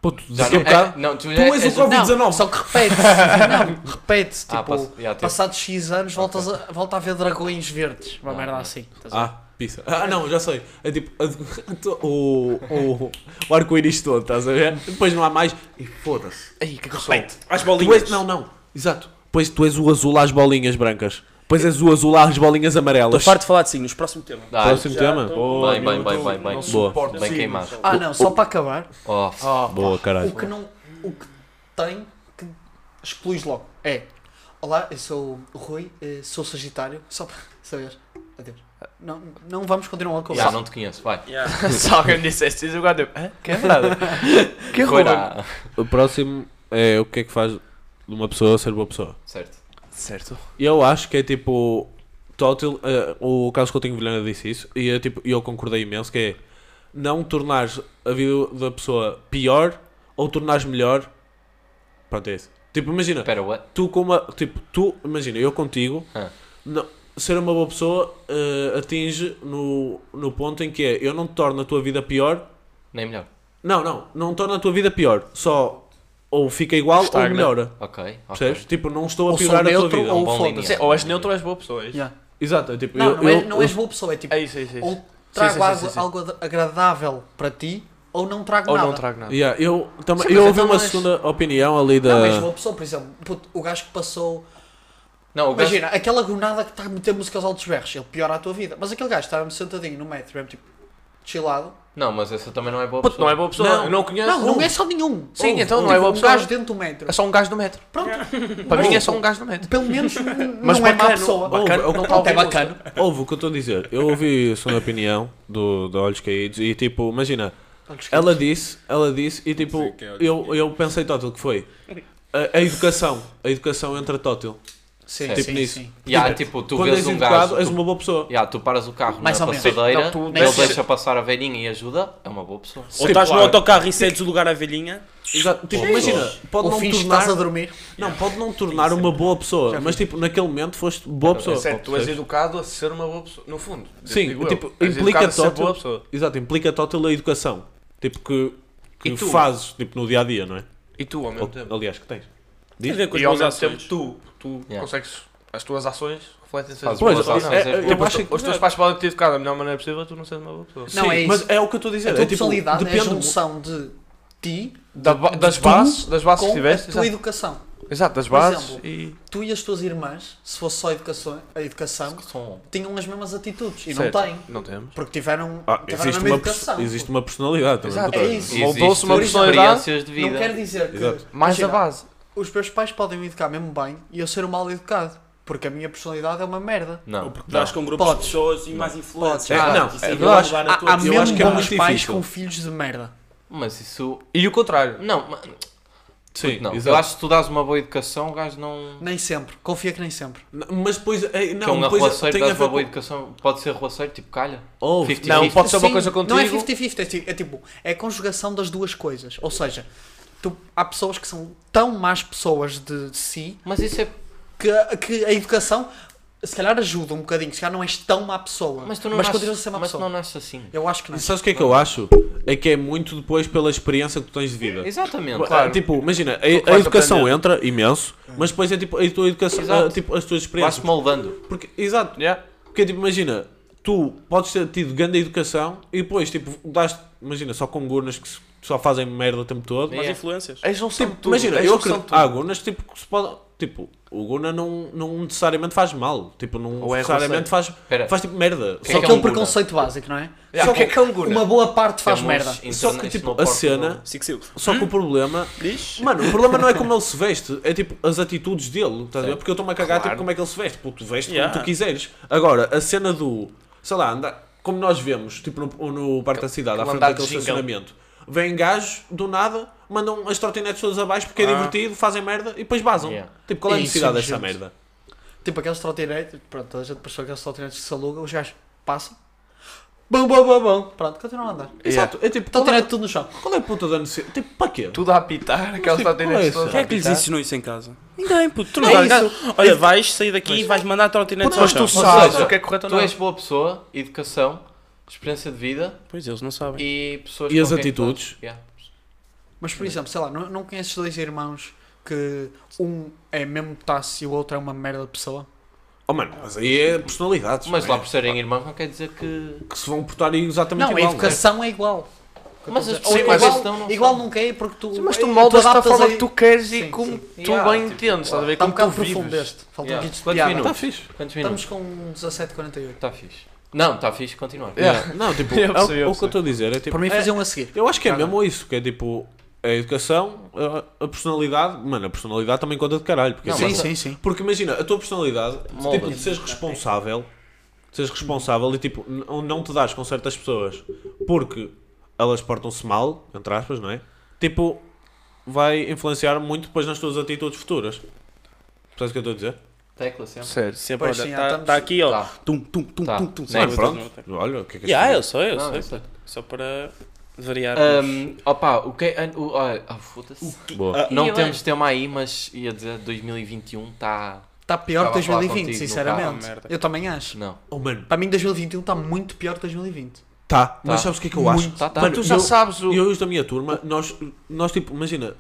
Speaker 1: Puto,
Speaker 5: Já
Speaker 1: daqui a
Speaker 5: não-
Speaker 1: um bocado.
Speaker 5: é- Não, tu
Speaker 1: tá. Tu és o
Speaker 5: o-
Speaker 1: Covid-19.
Speaker 2: Não, só que repete-se. não, repete-se. Tipo,
Speaker 5: Ah, passa- yeah, teve.
Speaker 2: passados X anos voltas a, volta a ver dragões verdes.
Speaker 5: Ah,
Speaker 2: Uma merda assim.
Speaker 5: Tá.
Speaker 2: estás a ver?
Speaker 1: Ah, pizza. Ah, não, já sei. É tipo, a- tu- o, o, o arco-íris todo, estás a ver? Depois não há mais. E foda-se.
Speaker 3: Aí, que gostou.
Speaker 4: Repete, às
Speaker 1: Tu
Speaker 4: bolinhas.
Speaker 1: és, não, não. Exato. Pois tu és o azul às bolinhas brancas. Pois és o azul às bolinhas
Speaker 4: Estou
Speaker 1: amarelas.
Speaker 4: farto de falar de signos, próximo tema.
Speaker 5: Dá,
Speaker 1: Próximo
Speaker 4: Já
Speaker 1: tema?
Speaker 4: tô-
Speaker 1: Boa,
Speaker 5: Bem, bem, bem, bem, bem.
Speaker 3: Não
Speaker 1: Boa.
Speaker 3: suporto
Speaker 5: Bem
Speaker 3: signos.
Speaker 5: queimado.
Speaker 2: Ah, não, só para acabar,
Speaker 5: Oh,
Speaker 3: Oh,
Speaker 1: boa,
Speaker 2: o
Speaker 1: caralho.
Speaker 2: que não. O que tem que explodes logo. É. Olá, eu sou o Rui, eh, sou Sagitário, só para saber. Adeus. Não, não vamos continuar a
Speaker 5: já
Speaker 2: conversa.
Speaker 5: não te conheço, vai.
Speaker 4: Yeah.
Speaker 3: se alguém me dissesse isso, eu agora digo, "Hã? Que é verdade. Que roubo.
Speaker 5: Coirá.
Speaker 1: O próximo é o que é que faz de uma pessoa ser boa pessoa.
Speaker 5: Certo.
Speaker 3: Certo.
Speaker 1: Eu acho que é tipo. Total, eh, o Carlos Coutinho Vilhena disse isso e é, tipo, eu concordei imenso que é não tornares a vida da pessoa pior ou tornares melhor. Pronto, é isso. Tipo, imagina,
Speaker 5: Espera, what?
Speaker 1: tu como a- tipo, tu, imagina, eu contigo,
Speaker 5: Ah.
Speaker 1: não- ser uma boa pessoa eh, atinge no, no ponto em que é, eu não torno a tua vida pior,
Speaker 5: Nem melhor.
Speaker 1: não, não, não torna a tua vida pior, só ou fica igual ou
Speaker 3: Estagna.
Speaker 1: melhora,
Speaker 5: Ok, ok.
Speaker 1: percebes? Tipo, não estou a
Speaker 2: Ou sou
Speaker 1: piorar a tua
Speaker 2: neutro
Speaker 1: vida. é
Speaker 2: ou
Speaker 5: bom
Speaker 2: foda-se.
Speaker 5: linear.
Speaker 3: Ou és neutro ou és boa pessoa. é isso?
Speaker 2: Yeah.
Speaker 1: Exato, é tipo,
Speaker 2: Não,
Speaker 1: eu,
Speaker 2: não,
Speaker 1: eu-
Speaker 2: é, não és boa pessoa, é tipo,
Speaker 3: É isso, é isso. é isso.
Speaker 2: ou trago
Speaker 3: sim, sim,
Speaker 2: algo,
Speaker 3: sim.
Speaker 2: algo ad- agradável para ti, ou não trago
Speaker 3: Ou
Speaker 2: nada.
Speaker 3: não trago nada.
Speaker 1: Yeah, eu também
Speaker 5: Sim, mas
Speaker 1: eu ouvi
Speaker 5: então
Speaker 1: uma
Speaker 5: não és-
Speaker 1: segunda opinião ali da.
Speaker 2: Não, és boa pessoa, por exemplo, puto, o gajo que passou.
Speaker 5: Não, o gajo-
Speaker 2: Imagina, aquela gonada que está a meter música aos altos berros, ele piora a tua vida. Mas aquele gajo estava-me sentadinho no metro, mesmo tipo, chillado.
Speaker 5: Não, mas essa também não é boa
Speaker 3: Puto,
Speaker 5: pessoa.
Speaker 3: não é boa pessoa.
Speaker 1: Não.
Speaker 3: eu não conheço.
Speaker 2: Não, não é só nenhum.
Speaker 3: Sim,
Speaker 2: Houve,
Speaker 3: então não
Speaker 2: tipo,
Speaker 3: é boa pessoa.
Speaker 2: Um gajo dentro do metro.
Speaker 3: É só um gajo do metro.
Speaker 2: Pronto.
Speaker 3: Para
Speaker 2: Mas,
Speaker 3: mim é
Speaker 2: tipo,
Speaker 3: só um gajo do metro.
Speaker 2: Pelo menos n-
Speaker 3: Mas
Speaker 2: não é má
Speaker 3: bacana,
Speaker 2: pessoa.
Speaker 3: bacana,
Speaker 2: Houve,
Speaker 3: não
Speaker 2: não,
Speaker 3: tá
Speaker 2: é
Speaker 3: bom.
Speaker 2: bacana.
Speaker 1: Ouve o que eu estou a dizer. Eu ouvi a segunda opinião do, do Olhos Caídos e tipo, imagina, ela disse, ela disse e tipo,
Speaker 4: que é Olhos
Speaker 1: eu, eu pensei tótil que foi. A, a educação, a educação entra tótil.
Speaker 2: Sim,
Speaker 1: Tipo
Speaker 2: É sim,
Speaker 1: nisso.
Speaker 2: sim.
Speaker 5: Yeah, tipo, tu
Speaker 1: Quando
Speaker 5: vês
Speaker 1: és
Speaker 5: um
Speaker 1: educado,
Speaker 5: gajo.
Speaker 1: és
Speaker 5: tu-
Speaker 1: uma boa pessoa.
Speaker 5: Yeah, tu paras o carro
Speaker 2: Mais
Speaker 5: na
Speaker 2: ou menos.
Speaker 5: passadeira,
Speaker 3: Não, tu
Speaker 5: ele
Speaker 3: deixas-
Speaker 5: deixa passar a velhinha e ajuda, é uma boa pessoa.
Speaker 4: Ou estás no autocarro e cedes o lugar à velhinha.
Speaker 1: Exato. Tipo,
Speaker 5: Boa
Speaker 1: imagina, pode
Speaker 2: Ou
Speaker 1: não
Speaker 2: finges que
Speaker 1: tornar,
Speaker 2: estás a dormir.
Speaker 1: não, pode não tornar uma boa pessoa, mas tipo, naquele momento foste boa pessoa.
Speaker 3: Certo, tu és
Speaker 1: percebes?
Speaker 3: educado a ser uma boa pessoa. No fundo.
Speaker 1: Sim,
Speaker 3: digo eu.
Speaker 1: tipo,
Speaker 3: És
Speaker 1: implica
Speaker 3: educado a ser
Speaker 1: tótil.
Speaker 3: boa pessoa.
Speaker 1: Exato, implica tótil a educação. Tipo que,
Speaker 3: E
Speaker 1: que
Speaker 3: tu?
Speaker 1: fazes tipo, no dia a dia, não é?
Speaker 3: E tu, ao mesmo tempo.
Speaker 1: Ou- aliás, que tens. Diz?
Speaker 4: Tem a ver com as
Speaker 3: E ao
Speaker 4: minhas
Speaker 3: mesmo tempo
Speaker 4: ações.
Speaker 3: tu, tu
Speaker 5: Yeah.
Speaker 3: consegues. As tuas ações refletem-se
Speaker 5: Faz
Speaker 3: as
Speaker 5: boas
Speaker 1: Pois,
Speaker 3: tuas
Speaker 5: ações.
Speaker 3: ações.
Speaker 1: é, é, eu
Speaker 3: Tipo,
Speaker 1: acho que-
Speaker 3: os teus pais podem ter educado da melhor maneira possível, tu não sendo uma boa pessoa.
Speaker 2: Não,
Speaker 1: Sim,
Speaker 2: é isso.
Speaker 1: Mas é o que eu estou a dizer.
Speaker 2: A tua
Speaker 1: é, tipo,
Speaker 2: personalidade é a
Speaker 1: depende-
Speaker 2: junção de ti
Speaker 3: Da ba- das
Speaker 2: tu
Speaker 3: bases, das bases que
Speaker 2: com a
Speaker 3: tiveste,
Speaker 2: tua
Speaker 3: exato.
Speaker 2: educação.
Speaker 3: Exato, das
Speaker 2: Por
Speaker 3: bases
Speaker 2: exemplo,
Speaker 3: e.
Speaker 2: Tu e as tuas irmãs, se fosse só educação, a educação,
Speaker 5: São-
Speaker 2: tinham as mesmas atitudes e
Speaker 3: Certo.
Speaker 2: não têm.
Speaker 3: Não temos.
Speaker 2: Porque tiveram,
Speaker 1: Ah,
Speaker 2: tiveram a
Speaker 1: existe,
Speaker 2: mesma
Speaker 1: uma, perso-
Speaker 2: educação.
Speaker 1: existe uma personalidade também.
Speaker 3: Exato,
Speaker 1: não tem?
Speaker 2: é isso.
Speaker 3: Moldou-se uma
Speaker 5: Existe
Speaker 3: personalidade
Speaker 5: experiências de
Speaker 2: Não quer
Speaker 5: vida.
Speaker 2: dizer que
Speaker 1: Exato.
Speaker 3: Mais a
Speaker 2: Imagina,
Speaker 3: base.
Speaker 2: os meus pais podem me educar mesmo bem e eu ser um mal educado. Porque a minha personalidade é uma merda.
Speaker 5: Não.
Speaker 4: Ou porque estás com grupos
Speaker 2: Podes.
Speaker 4: de pessoas e mais influentes.
Speaker 2: Podes. É,
Speaker 1: não,
Speaker 4: Isso
Speaker 1: é,
Speaker 4: aí
Speaker 1: eu
Speaker 4: vai
Speaker 1: acho-
Speaker 4: mudar na
Speaker 2: Há,
Speaker 4: tua
Speaker 2: há
Speaker 4: vida.
Speaker 2: mesmo
Speaker 1: acho que é
Speaker 2: bons
Speaker 1: muito
Speaker 2: pais
Speaker 1: difícil.
Speaker 2: com filhos de merda.
Speaker 5: Mas isso.
Speaker 3: E o contrário.
Speaker 5: Não, mas-
Speaker 1: Sim,
Speaker 5: não. Eu
Speaker 1: exato.
Speaker 5: acho que se tu dás uma boa educação, o gajo não.
Speaker 2: Nem sempre. Confia que nem sempre.
Speaker 1: Não, Mas depois. é,
Speaker 5: Que é
Speaker 1: Não,
Speaker 5: um
Speaker 1: depois
Speaker 5: arroaceiro,
Speaker 1: tem a
Speaker 5: dás
Speaker 1: ver
Speaker 5: uma
Speaker 1: com.
Speaker 5: boa educação. Pode ser arroaceiro, tipo calha.
Speaker 1: Oh,
Speaker 5: 50-50.
Speaker 3: Não, pode ser uma
Speaker 2: Sim,
Speaker 3: coisa contigo.
Speaker 2: Não é 50-50, é tipo- é tipo, é a conjugação das duas coisas. Ou seja, tu- há pessoas que são tão más pessoas de si
Speaker 5: Mas isso é.
Speaker 2: que, que a educação se calhar ajuda um bocadinho, se calhar não és tão má pessoa.
Speaker 5: Mas tu não
Speaker 2: mas
Speaker 5: nasces-
Speaker 2: continuas a ser má
Speaker 5: mas tu
Speaker 2: pessoa.
Speaker 5: não nasces assim.
Speaker 2: Eu acho que não.
Speaker 1: E sabes o que é que eu acho? É que é muito depois pela experiência que tu tens de vida.
Speaker 5: Exatamente.
Speaker 2: eh,
Speaker 3: Claro.
Speaker 1: Tipo, imagina,
Speaker 3: vais
Speaker 1: a, a educação
Speaker 3: aprender.
Speaker 1: entra imenso, mas depois é tipo a tua educação,
Speaker 5: Exato.
Speaker 1: ah, tipo, as tuas
Speaker 5: Vais-te
Speaker 1: experiências.
Speaker 5: moldando.
Speaker 1: Porque, exato,
Speaker 3: Yeah.
Speaker 1: porque tipo, imagina, tu podes ter tido grande educação e depois, tipo, dás, imagina, só com gurnas que se- só fazem merda o tempo todo.
Speaker 4: é Mais
Speaker 5: Yeah.
Speaker 4: influências.
Speaker 3: És um sempre
Speaker 1: Tipo,
Speaker 3: tudo.
Speaker 1: imagina,
Speaker 3: és
Speaker 1: eu
Speaker 3: um sempre
Speaker 1: acredito.
Speaker 3: tudo.
Speaker 1: Há gurnas tipo, que se pode. Tipo, o guna não, não necessariamente faz mal. Tipo, não
Speaker 3: Ou é
Speaker 1: necessariamente faz,
Speaker 5: Espera.
Speaker 1: faz tipo merda.
Speaker 5: Que
Speaker 1: Só
Speaker 5: é
Speaker 1: que,
Speaker 2: Aquele
Speaker 5: um guna.
Speaker 2: preconceito básico, não é?
Speaker 3: Yeah,
Speaker 2: Só
Speaker 3: o que é que é um guna?
Speaker 2: Uma boa parte faz
Speaker 5: Temos
Speaker 2: merda.
Speaker 1: só que
Speaker 3: é
Speaker 5: International
Speaker 1: tipo, a
Speaker 5: Portugal.
Speaker 1: cena.
Speaker 4: Six Seals.
Speaker 1: Só
Speaker 3: Hum?
Speaker 1: que o problema
Speaker 4: Diz?
Speaker 1: Mano, o problema não é como ele se veste, é tipo as atitudes dele, estás a ver? Porque eu estou-me a cagar
Speaker 3: Claro.
Speaker 1: tipo, como é que ele se veste, pô, tu vestes
Speaker 4: Yeah.
Speaker 1: como tu quiseres. Agora, a cena do, sei lá, anda, como nós vemos, tipo no, no Parque da Cidade, à
Speaker 3: aquele
Speaker 1: frente
Speaker 3: andar de
Speaker 1: daquele
Speaker 3: jingle.
Speaker 1: estacionamento, vêm gajos do nada, mandam as trotinetes todas abaixo porque é
Speaker 3: Ah.
Speaker 1: divertido, fazem merda e depois vazam.
Speaker 5: Yeah.
Speaker 1: Tipo, qual é a
Speaker 2: É
Speaker 1: necessidade dessa
Speaker 2: insurgente.
Speaker 1: merda?
Speaker 2: Tipo aqueles trotinetes, pronto, toda a gente percebeu aqueles trotinetes que se alugam, os gajos passam. Bom, bom, bom, bom. Pronto, continuam a andar.
Speaker 3: Yeah.
Speaker 1: Exato, é tipo, qual é,
Speaker 2: Trotinete tudo no chão.
Speaker 1: qual é a puta da necessidade? Tipo, para quê?
Speaker 3: Tudo a apitar, aquelas
Speaker 1: tipo, qual é
Speaker 3: tatinetes
Speaker 1: isso?
Speaker 3: todas.
Speaker 4: Quem
Speaker 3: a
Speaker 4: é que lhes
Speaker 3: apitar.
Speaker 4: ensinou isso em casa? Ninguém, puto. Tu não
Speaker 2: É
Speaker 4: vais
Speaker 2: isso.
Speaker 4: cá. Olha, vais sair daqui e vais mandar a trotinete
Speaker 3: Mas tu
Speaker 5: Ou
Speaker 3: sabes
Speaker 5: seja,
Speaker 3: o que é
Speaker 1: Então
Speaker 3: correto ou
Speaker 5: Tu
Speaker 3: não.
Speaker 5: és boa pessoa, educação, experiência de vida
Speaker 4: Pois eles não sabem.
Speaker 5: e pessoas
Speaker 1: E as
Speaker 5: com quem tu
Speaker 1: atitudes?
Speaker 5: estás. Yeah.
Speaker 2: Mas por exemplo, sei lá, não, não conheces dois irmãos que um é mesmo taço e o outro é uma merda de pessoa?
Speaker 1: Oh mano, mas aí é personalidades.
Speaker 5: Mas
Speaker 1: não
Speaker 5: lá
Speaker 1: é?
Speaker 5: por serem irmãos não quer dizer que.
Speaker 1: Que se vão portar exatamente
Speaker 2: não,
Speaker 1: igual.
Speaker 2: a educação é igual.
Speaker 5: Mas as
Speaker 2: Ou
Speaker 5: pessoas
Speaker 2: igual,
Speaker 5: mas isso não- não
Speaker 2: igual
Speaker 5: são.
Speaker 2: nunca é porque tu.
Speaker 3: Mas tu
Speaker 2: tu
Speaker 3: moldas da
Speaker 2: adaptas
Speaker 3: forma
Speaker 2: a-
Speaker 3: que tu queres
Speaker 2: Sim,
Speaker 3: e como
Speaker 2: sim.
Speaker 3: tu
Speaker 5: Yeah,
Speaker 3: bem
Speaker 5: tipo,
Speaker 3: entendes, estás a ver?
Speaker 2: Está um
Speaker 3: Como tu
Speaker 2: bocado profundo
Speaker 3: vives.
Speaker 2: este. Faltam
Speaker 5: Yeah.
Speaker 2: 20 de
Speaker 5: Quantos
Speaker 2: piada.
Speaker 1: Está
Speaker 5: minutos?
Speaker 1: Tá fixe.
Speaker 5: Quantos minutos?
Speaker 2: Estamos com 17,48.
Speaker 5: Está Tá fixe. Não, está fixe, continua.
Speaker 3: Yeah.
Speaker 1: Não, tipo,
Speaker 3: Eu
Speaker 1: é o-
Speaker 3: percebi, eu
Speaker 1: o que eu
Speaker 3: percebi.
Speaker 1: estou a dizer é tipo.
Speaker 2: Para mim,
Speaker 1: é-
Speaker 2: faziam a seguir.
Speaker 1: Eu acho que é
Speaker 2: Ah, não.
Speaker 1: mesmo isso, que é tipo a educação, a, a personalidade, mano, a personalidade também conta de caralho. Porque,
Speaker 5: Não,
Speaker 1: assim-
Speaker 2: sim,
Speaker 5: mas-
Speaker 2: sim, sim.
Speaker 1: porque imagina, a tua personalidade, tipo,
Speaker 5: Molda-te.
Speaker 1: de seres responsável, de seres responsável e tipo, n- não te dás com certas pessoas porque elas portam-se mal, entre aspas, não é? Tipo, vai influenciar muito depois nas tuas atitudes futuras. Percebes o que eu estou a dizer?
Speaker 5: Tecla sempre.
Speaker 3: Sério.
Speaker 4: Sempre,
Speaker 2: Pois
Speaker 4: olha,
Speaker 2: sim,
Speaker 4: tá-
Speaker 2: estamos-
Speaker 4: tá aqui, ó.
Speaker 5: Tá.
Speaker 4: Tum, tum, tum,
Speaker 5: Tá.
Speaker 4: tum, tum.
Speaker 5: Sim,
Speaker 1: Mano,
Speaker 4: Sabe?
Speaker 1: pronto. Olha, o que é que é
Speaker 4: Yeah,
Speaker 1: isto?
Speaker 4: eu sou, eu
Speaker 5: Não,
Speaker 4: sou.
Speaker 5: eu sei.
Speaker 1: É
Speaker 4: Só para variar.
Speaker 5: Ahm, opa, o que é. o- olha, ah, foda-se.
Speaker 1: Boa.
Speaker 5: Não
Speaker 4: E eu
Speaker 5: temos tema aí, mas ia dizer 2021 está.
Speaker 2: Está Tá pior que
Speaker 5: Estava a falar
Speaker 2: 2020,
Speaker 5: contigo,
Speaker 4: não
Speaker 2: sinceramente.
Speaker 4: tá. Ah, merda.
Speaker 2: Eu também acho.
Speaker 5: Não.
Speaker 1: Oh, mano,
Speaker 2: Para mim, 2021 está um tá muito pior que 2020.
Speaker 1: tá, mas sabes o que é que eu acho?
Speaker 5: Tá, tá.
Speaker 1: Mano,
Speaker 3: Tu já
Speaker 1: eu-
Speaker 3: sabes o.
Speaker 1: E eu e os da minha turma, nós, nós tipo, imagina,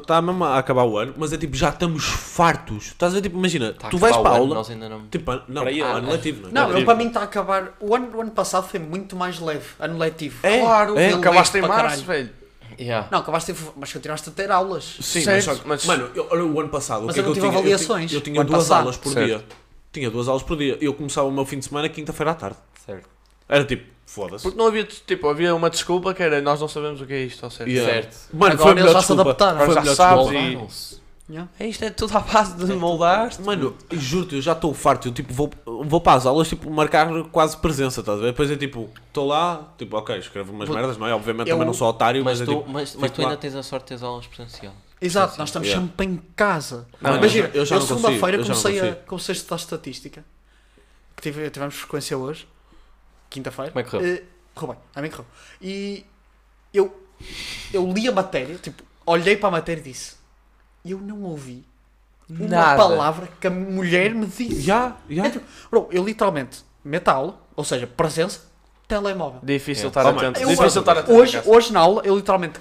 Speaker 1: está mesmo a acabar o ano, mas é tipo, já estamos fartos. Estás a ver, tipo, imagina,
Speaker 5: Tá a
Speaker 1: tu vais
Speaker 5: acabar
Speaker 1: para
Speaker 5: o
Speaker 1: a
Speaker 5: ano,
Speaker 1: aula,
Speaker 5: Nós ainda não.
Speaker 1: tipo, ano- não,
Speaker 4: Para aí,
Speaker 1: ah, ano
Speaker 5: ah,
Speaker 1: letivo, é?
Speaker 2: Não,
Speaker 4: Letivo.
Speaker 2: eu, para mim está a acabar. O ano, o ano passado foi muito mais leve, ano letivo.
Speaker 1: É,
Speaker 3: Claro,
Speaker 1: é.
Speaker 3: tu acabaste em
Speaker 2: Para
Speaker 3: março,
Speaker 2: caralho.
Speaker 3: velho.
Speaker 5: Yeah.
Speaker 2: Não, acabaste de, mas continuaste a ter aulas.
Speaker 1: Sim, mas,
Speaker 3: Certo,
Speaker 1: só que-
Speaker 3: mas-
Speaker 1: mano, eu, olha, o ano passado,
Speaker 2: Mas
Speaker 1: o que é que
Speaker 2: eu não
Speaker 1: eu
Speaker 2: tive
Speaker 1: tinha?
Speaker 2: avaliações.
Speaker 1: Eu, tinha-
Speaker 2: O
Speaker 1: eu
Speaker 2: ano
Speaker 1: tinha duas
Speaker 2: passado.
Speaker 1: aulas por
Speaker 3: Certo.
Speaker 1: dia. Tinha duas aulas por dia. Eu começava o meu fim de semana quinta-feira à tarde.
Speaker 5: Certo.
Speaker 1: Era tipo, foda-se.
Speaker 3: Porque não havia, tipo, havia uma desculpa que era nós não sabemos o que é isto, ou seja.
Speaker 1: Yeah.
Speaker 5: Certo.
Speaker 1: eh, Mano,
Speaker 2: Agora
Speaker 1: foi a melhor
Speaker 2: eles já se
Speaker 1: desculpa.
Speaker 2: adaptaram.
Speaker 1: Foi a
Speaker 3: Agora já
Speaker 1: melhor
Speaker 3: sabes.
Speaker 1: desculpa.
Speaker 5: Moldaram-se.
Speaker 2: Yeah.
Speaker 5: Isto é tudo à base de moldar.
Speaker 1: Mano, juro-te, eu já estou farto. Eu tipo, vou, vou para as aulas, tipo, marcar quase presença, estás a ver? Depois é tipo, estou lá, tipo, ok, escrevo umas
Speaker 2: Vou-
Speaker 1: merdas, não é? Obviamente
Speaker 2: Eu-
Speaker 1: também não sou otário, mas,
Speaker 5: Mas
Speaker 1: é
Speaker 5: tu,
Speaker 1: tipo.
Speaker 5: mas, mas
Speaker 1: fico
Speaker 5: tu
Speaker 1: lá.
Speaker 5: ainda tens a sorte de teres aulas presencial.
Speaker 2: Exato, nós estamos
Speaker 1: Yeah.
Speaker 2: sempre em casa.
Speaker 3: Não,
Speaker 2: Imagina,
Speaker 1: eu
Speaker 2: eu,
Speaker 1: já não consigo,
Speaker 2: segunda-feira
Speaker 1: eu já não
Speaker 2: comecei, a-
Speaker 1: consigo.
Speaker 2: comecei a estudar estatística. Que tive, tivemos frequência hoje, quinta-feira.
Speaker 5: Como é que correu?
Speaker 2: Eh, Correu bem, a mim correu. E eu, eu li a matéria, tipo, olhei para a matéria e disse: Eu não ouvi uma
Speaker 3: é Nada.
Speaker 2: palavra que a mulher me disse.
Speaker 1: Já, já.
Speaker 5: Então,
Speaker 2: Bro, eu literalmente meto a aula, ou seja, presença, telemóvel.
Speaker 3: Difícil
Speaker 5: Yeah.
Speaker 3: estar
Speaker 1: Oh, mano,
Speaker 3: atento.
Speaker 2: eu-
Speaker 3: Difícil estar atento.
Speaker 2: Hoje,
Speaker 3: Cássio.
Speaker 2: hoje na aula, eu literalmente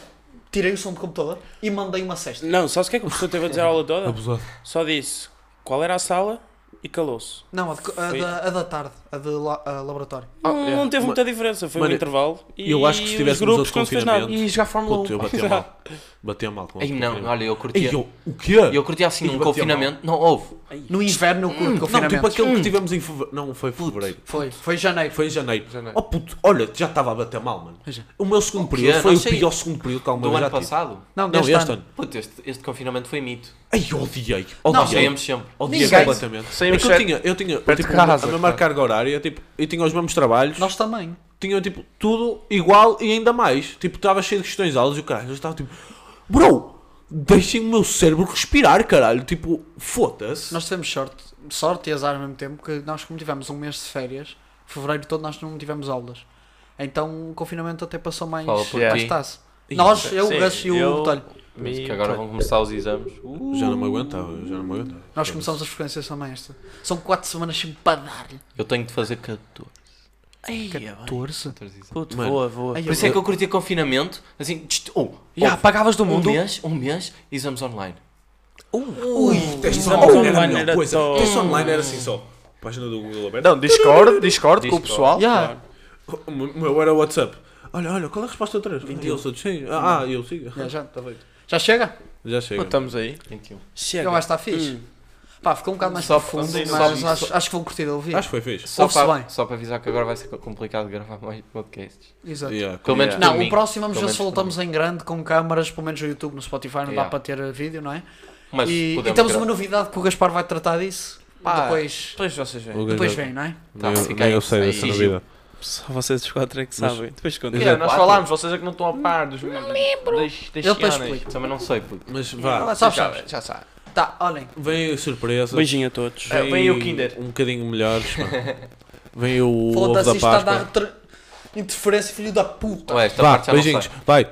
Speaker 2: tirei o som do computador e mandei uma cesta.
Speaker 4: Não, sabes o que é que o professor teve a dizer a aula toda?
Speaker 1: Abusado.
Speaker 4: Só disse qual era a sala e calou-se.
Speaker 2: Não, a, de, a,
Speaker 4: Foi-
Speaker 2: da, a da tarde, a de la- a laboratório.
Speaker 3: Ah,
Speaker 4: não,
Speaker 3: é.
Speaker 4: não teve
Speaker 1: Ma-
Speaker 4: muita diferença, foi
Speaker 1: Mano,
Speaker 4: um intervalo e
Speaker 1: eu acho que se
Speaker 4: os
Speaker 1: tivéssemos
Speaker 4: grupos
Speaker 1: outro
Speaker 4: não se fez nada.
Speaker 1: confinamento-
Speaker 3: E jogar Fórmula 1.
Speaker 1: Puto, eu batia mal. Batia mal com
Speaker 5: Ei,
Speaker 1: esse
Speaker 5: não,
Speaker 1: confinamento.
Speaker 5: olha, eu curtia.
Speaker 1: Ei, eu, o quê?
Speaker 5: Eu curti assim
Speaker 1: Ei,
Speaker 5: um
Speaker 1: batia
Speaker 5: confinamento. Não, houve.
Speaker 2: No inverno, eu curto
Speaker 1: Não,
Speaker 2: confinamento.
Speaker 1: tipo aquele
Speaker 5: Hum.
Speaker 1: que tivemos em fevereiro. Não, foi fevereiro.
Speaker 2: Foi, foi janeiro.
Speaker 1: Foi em janeiro.
Speaker 3: Janeiro.
Speaker 1: Oh puto, olha, já estava a bater mal, mano.
Speaker 2: já.
Speaker 1: O meu segundo
Speaker 5: é. quê?
Speaker 1: período foi
Speaker 5: Não
Speaker 1: o
Speaker 5: sei.
Speaker 1: pior segundo período que alguma
Speaker 5: Do
Speaker 1: vez já
Speaker 5: ano
Speaker 1: tive.
Speaker 5: passado.
Speaker 2: Não,
Speaker 1: Não,
Speaker 2: deste ano.
Speaker 5: Puto, este, este confinamento foi mito.
Speaker 1: Ai, odiei.
Speaker 5: Nós
Speaker 1: Odiei.
Speaker 5: saímos sempre.
Speaker 1: Odiei
Speaker 2: Ninguém.
Speaker 1: completamente.
Speaker 3: Saímos
Speaker 1: é que eu
Speaker 3: sete-
Speaker 1: tinha, eu tinha eu,
Speaker 3: perto de
Speaker 1: tipo,
Speaker 3: casa,
Speaker 1: a mesma
Speaker 3: claro.
Speaker 1: carga horária tipo, e tinha os mesmos trabalhos,
Speaker 2: Nós também.
Speaker 1: tinha tipo tudo igual e ainda mais. Tipo, estava cheio de questões aulas e o caralho, eu estava tipo, bro, deixem o meu cérebro respirar, caralho. Tipo, foda-se.
Speaker 2: Nós tivemos sorte, sorte e azar ao mesmo tempo, que nós, como tivemos um mês de férias, fevereiro todo, nós não tivemos aulas. Então o confinamento até passou mais.
Speaker 5: Fala por
Speaker 3: Yeah.
Speaker 5: ti.
Speaker 2: mais taça.
Speaker 1: Ih,
Speaker 2: Nós, eu, o
Speaker 3: Sim,
Speaker 2: Gus e o
Speaker 3: eu-
Speaker 2: Botelho.
Speaker 5: Mas Que agora vão começar os exames.
Speaker 1: Já não me aguentava, eu já não me aguentava.
Speaker 2: Nós começamos as frequências também esta. São 4 semanas sempre para dar-lhe.
Speaker 5: Eu tenho de fazer 14. Tá
Speaker 2: 14?
Speaker 5: 14 exames.
Speaker 3: Puto,
Speaker 1: Mano.
Speaker 3: voa, voa.
Speaker 2: Ai,
Speaker 5: Por isso é que eu curti confinamento. Assim, tch, oh,
Speaker 3: Yeah,
Speaker 5: houve.
Speaker 3: apagavas do
Speaker 5: um
Speaker 3: mundo.
Speaker 5: mês, um mês, exames online. Uh.
Speaker 1: Ui, testes
Speaker 5: é
Speaker 1: online era a melhor coisa. Testes online era assim só. Página do Google aberta.
Speaker 3: Não, Discord, Discord com o
Speaker 5: Discord.
Speaker 3: pessoal.
Speaker 2: Yeah.
Speaker 1: O meu era o WhatsApp. Olha, olha, qual é a resposta outra vez? 21. Eu sou de sim. Ah, ah, eu sigo.
Speaker 2: Já, já.
Speaker 1: Tá feito.
Speaker 2: Já chega?
Speaker 1: Já
Speaker 3: Pô,
Speaker 1: chega.
Speaker 3: estamos aí.
Speaker 5: 21.
Speaker 4: Chega.
Speaker 2: Eu acho que está fixe.
Speaker 4: Hum.
Speaker 2: Pá, ficou um bocado mais
Speaker 5: Só-
Speaker 2: profundo,
Speaker 5: só-
Speaker 2: mas
Speaker 5: só-
Speaker 2: acho, acho que vão curtir de ouvir.
Speaker 1: Acho que foi fixe.
Speaker 5: Só
Speaker 2: Ouve-se
Speaker 5: para,
Speaker 2: bem.
Speaker 5: só para avisar que agora vai ser complicado gravar mais podcasts.
Speaker 2: Exato.
Speaker 1: Yeah,
Speaker 5: Pelo menos
Speaker 2: Não, um
Speaker 5: por mim.
Speaker 2: o próximo vamos já
Speaker 5: Pelo menos por
Speaker 2: soltamos em grande com câmaras, pelo menos no YouTube, no Spotify não dá
Speaker 5: Yeah.
Speaker 2: para ter vídeo, não é?
Speaker 5: Mas
Speaker 2: e, e
Speaker 5: podemos
Speaker 2: temos uma
Speaker 5: gravar.
Speaker 2: novidade que o Gaspar vai tratar disso.
Speaker 3: Pá,
Speaker 2: depois
Speaker 3: Depois vocês veem.
Speaker 1: O gajo
Speaker 2: depois
Speaker 1: já-
Speaker 2: vem, não é?
Speaker 1: Nem
Speaker 5: Tá,
Speaker 1: eu-
Speaker 5: fica
Speaker 1: nem
Speaker 5: aí.
Speaker 1: eu sei dessa
Speaker 5: Sigilo.
Speaker 1: novidade.
Speaker 4: Só vocês os quatro é que
Speaker 1: Mas-
Speaker 4: sabem. Depois conta.
Speaker 1: Exato.
Speaker 3: Yeah, nós falámos, vocês é que não estão a par dos dos- das
Speaker 2: Eu depois
Speaker 3: cenas.
Speaker 2: explico.
Speaker 5: Também não sei, puto.
Speaker 1: Mas
Speaker 2: Ela
Speaker 1: vá,
Speaker 2: sabe,
Speaker 3: Já-
Speaker 2: sabe.
Speaker 3: Já sabe.
Speaker 2: Tá, olhem.
Speaker 1: vem a surpresa.
Speaker 4: Beijinho a todos.
Speaker 3: É, vem o Kinder.
Speaker 1: Um bocadinho melhores. pá. Vem o ovo
Speaker 2: Foda-se,
Speaker 5: assim,
Speaker 1: da
Speaker 2: assim, isto está a
Speaker 1: Páscoa.
Speaker 2: dar tra- interferência, filho da puta.
Speaker 5: Ué, esta
Speaker 1: Vá,
Speaker 5: parte já não
Speaker 1: beijinhos. Vai.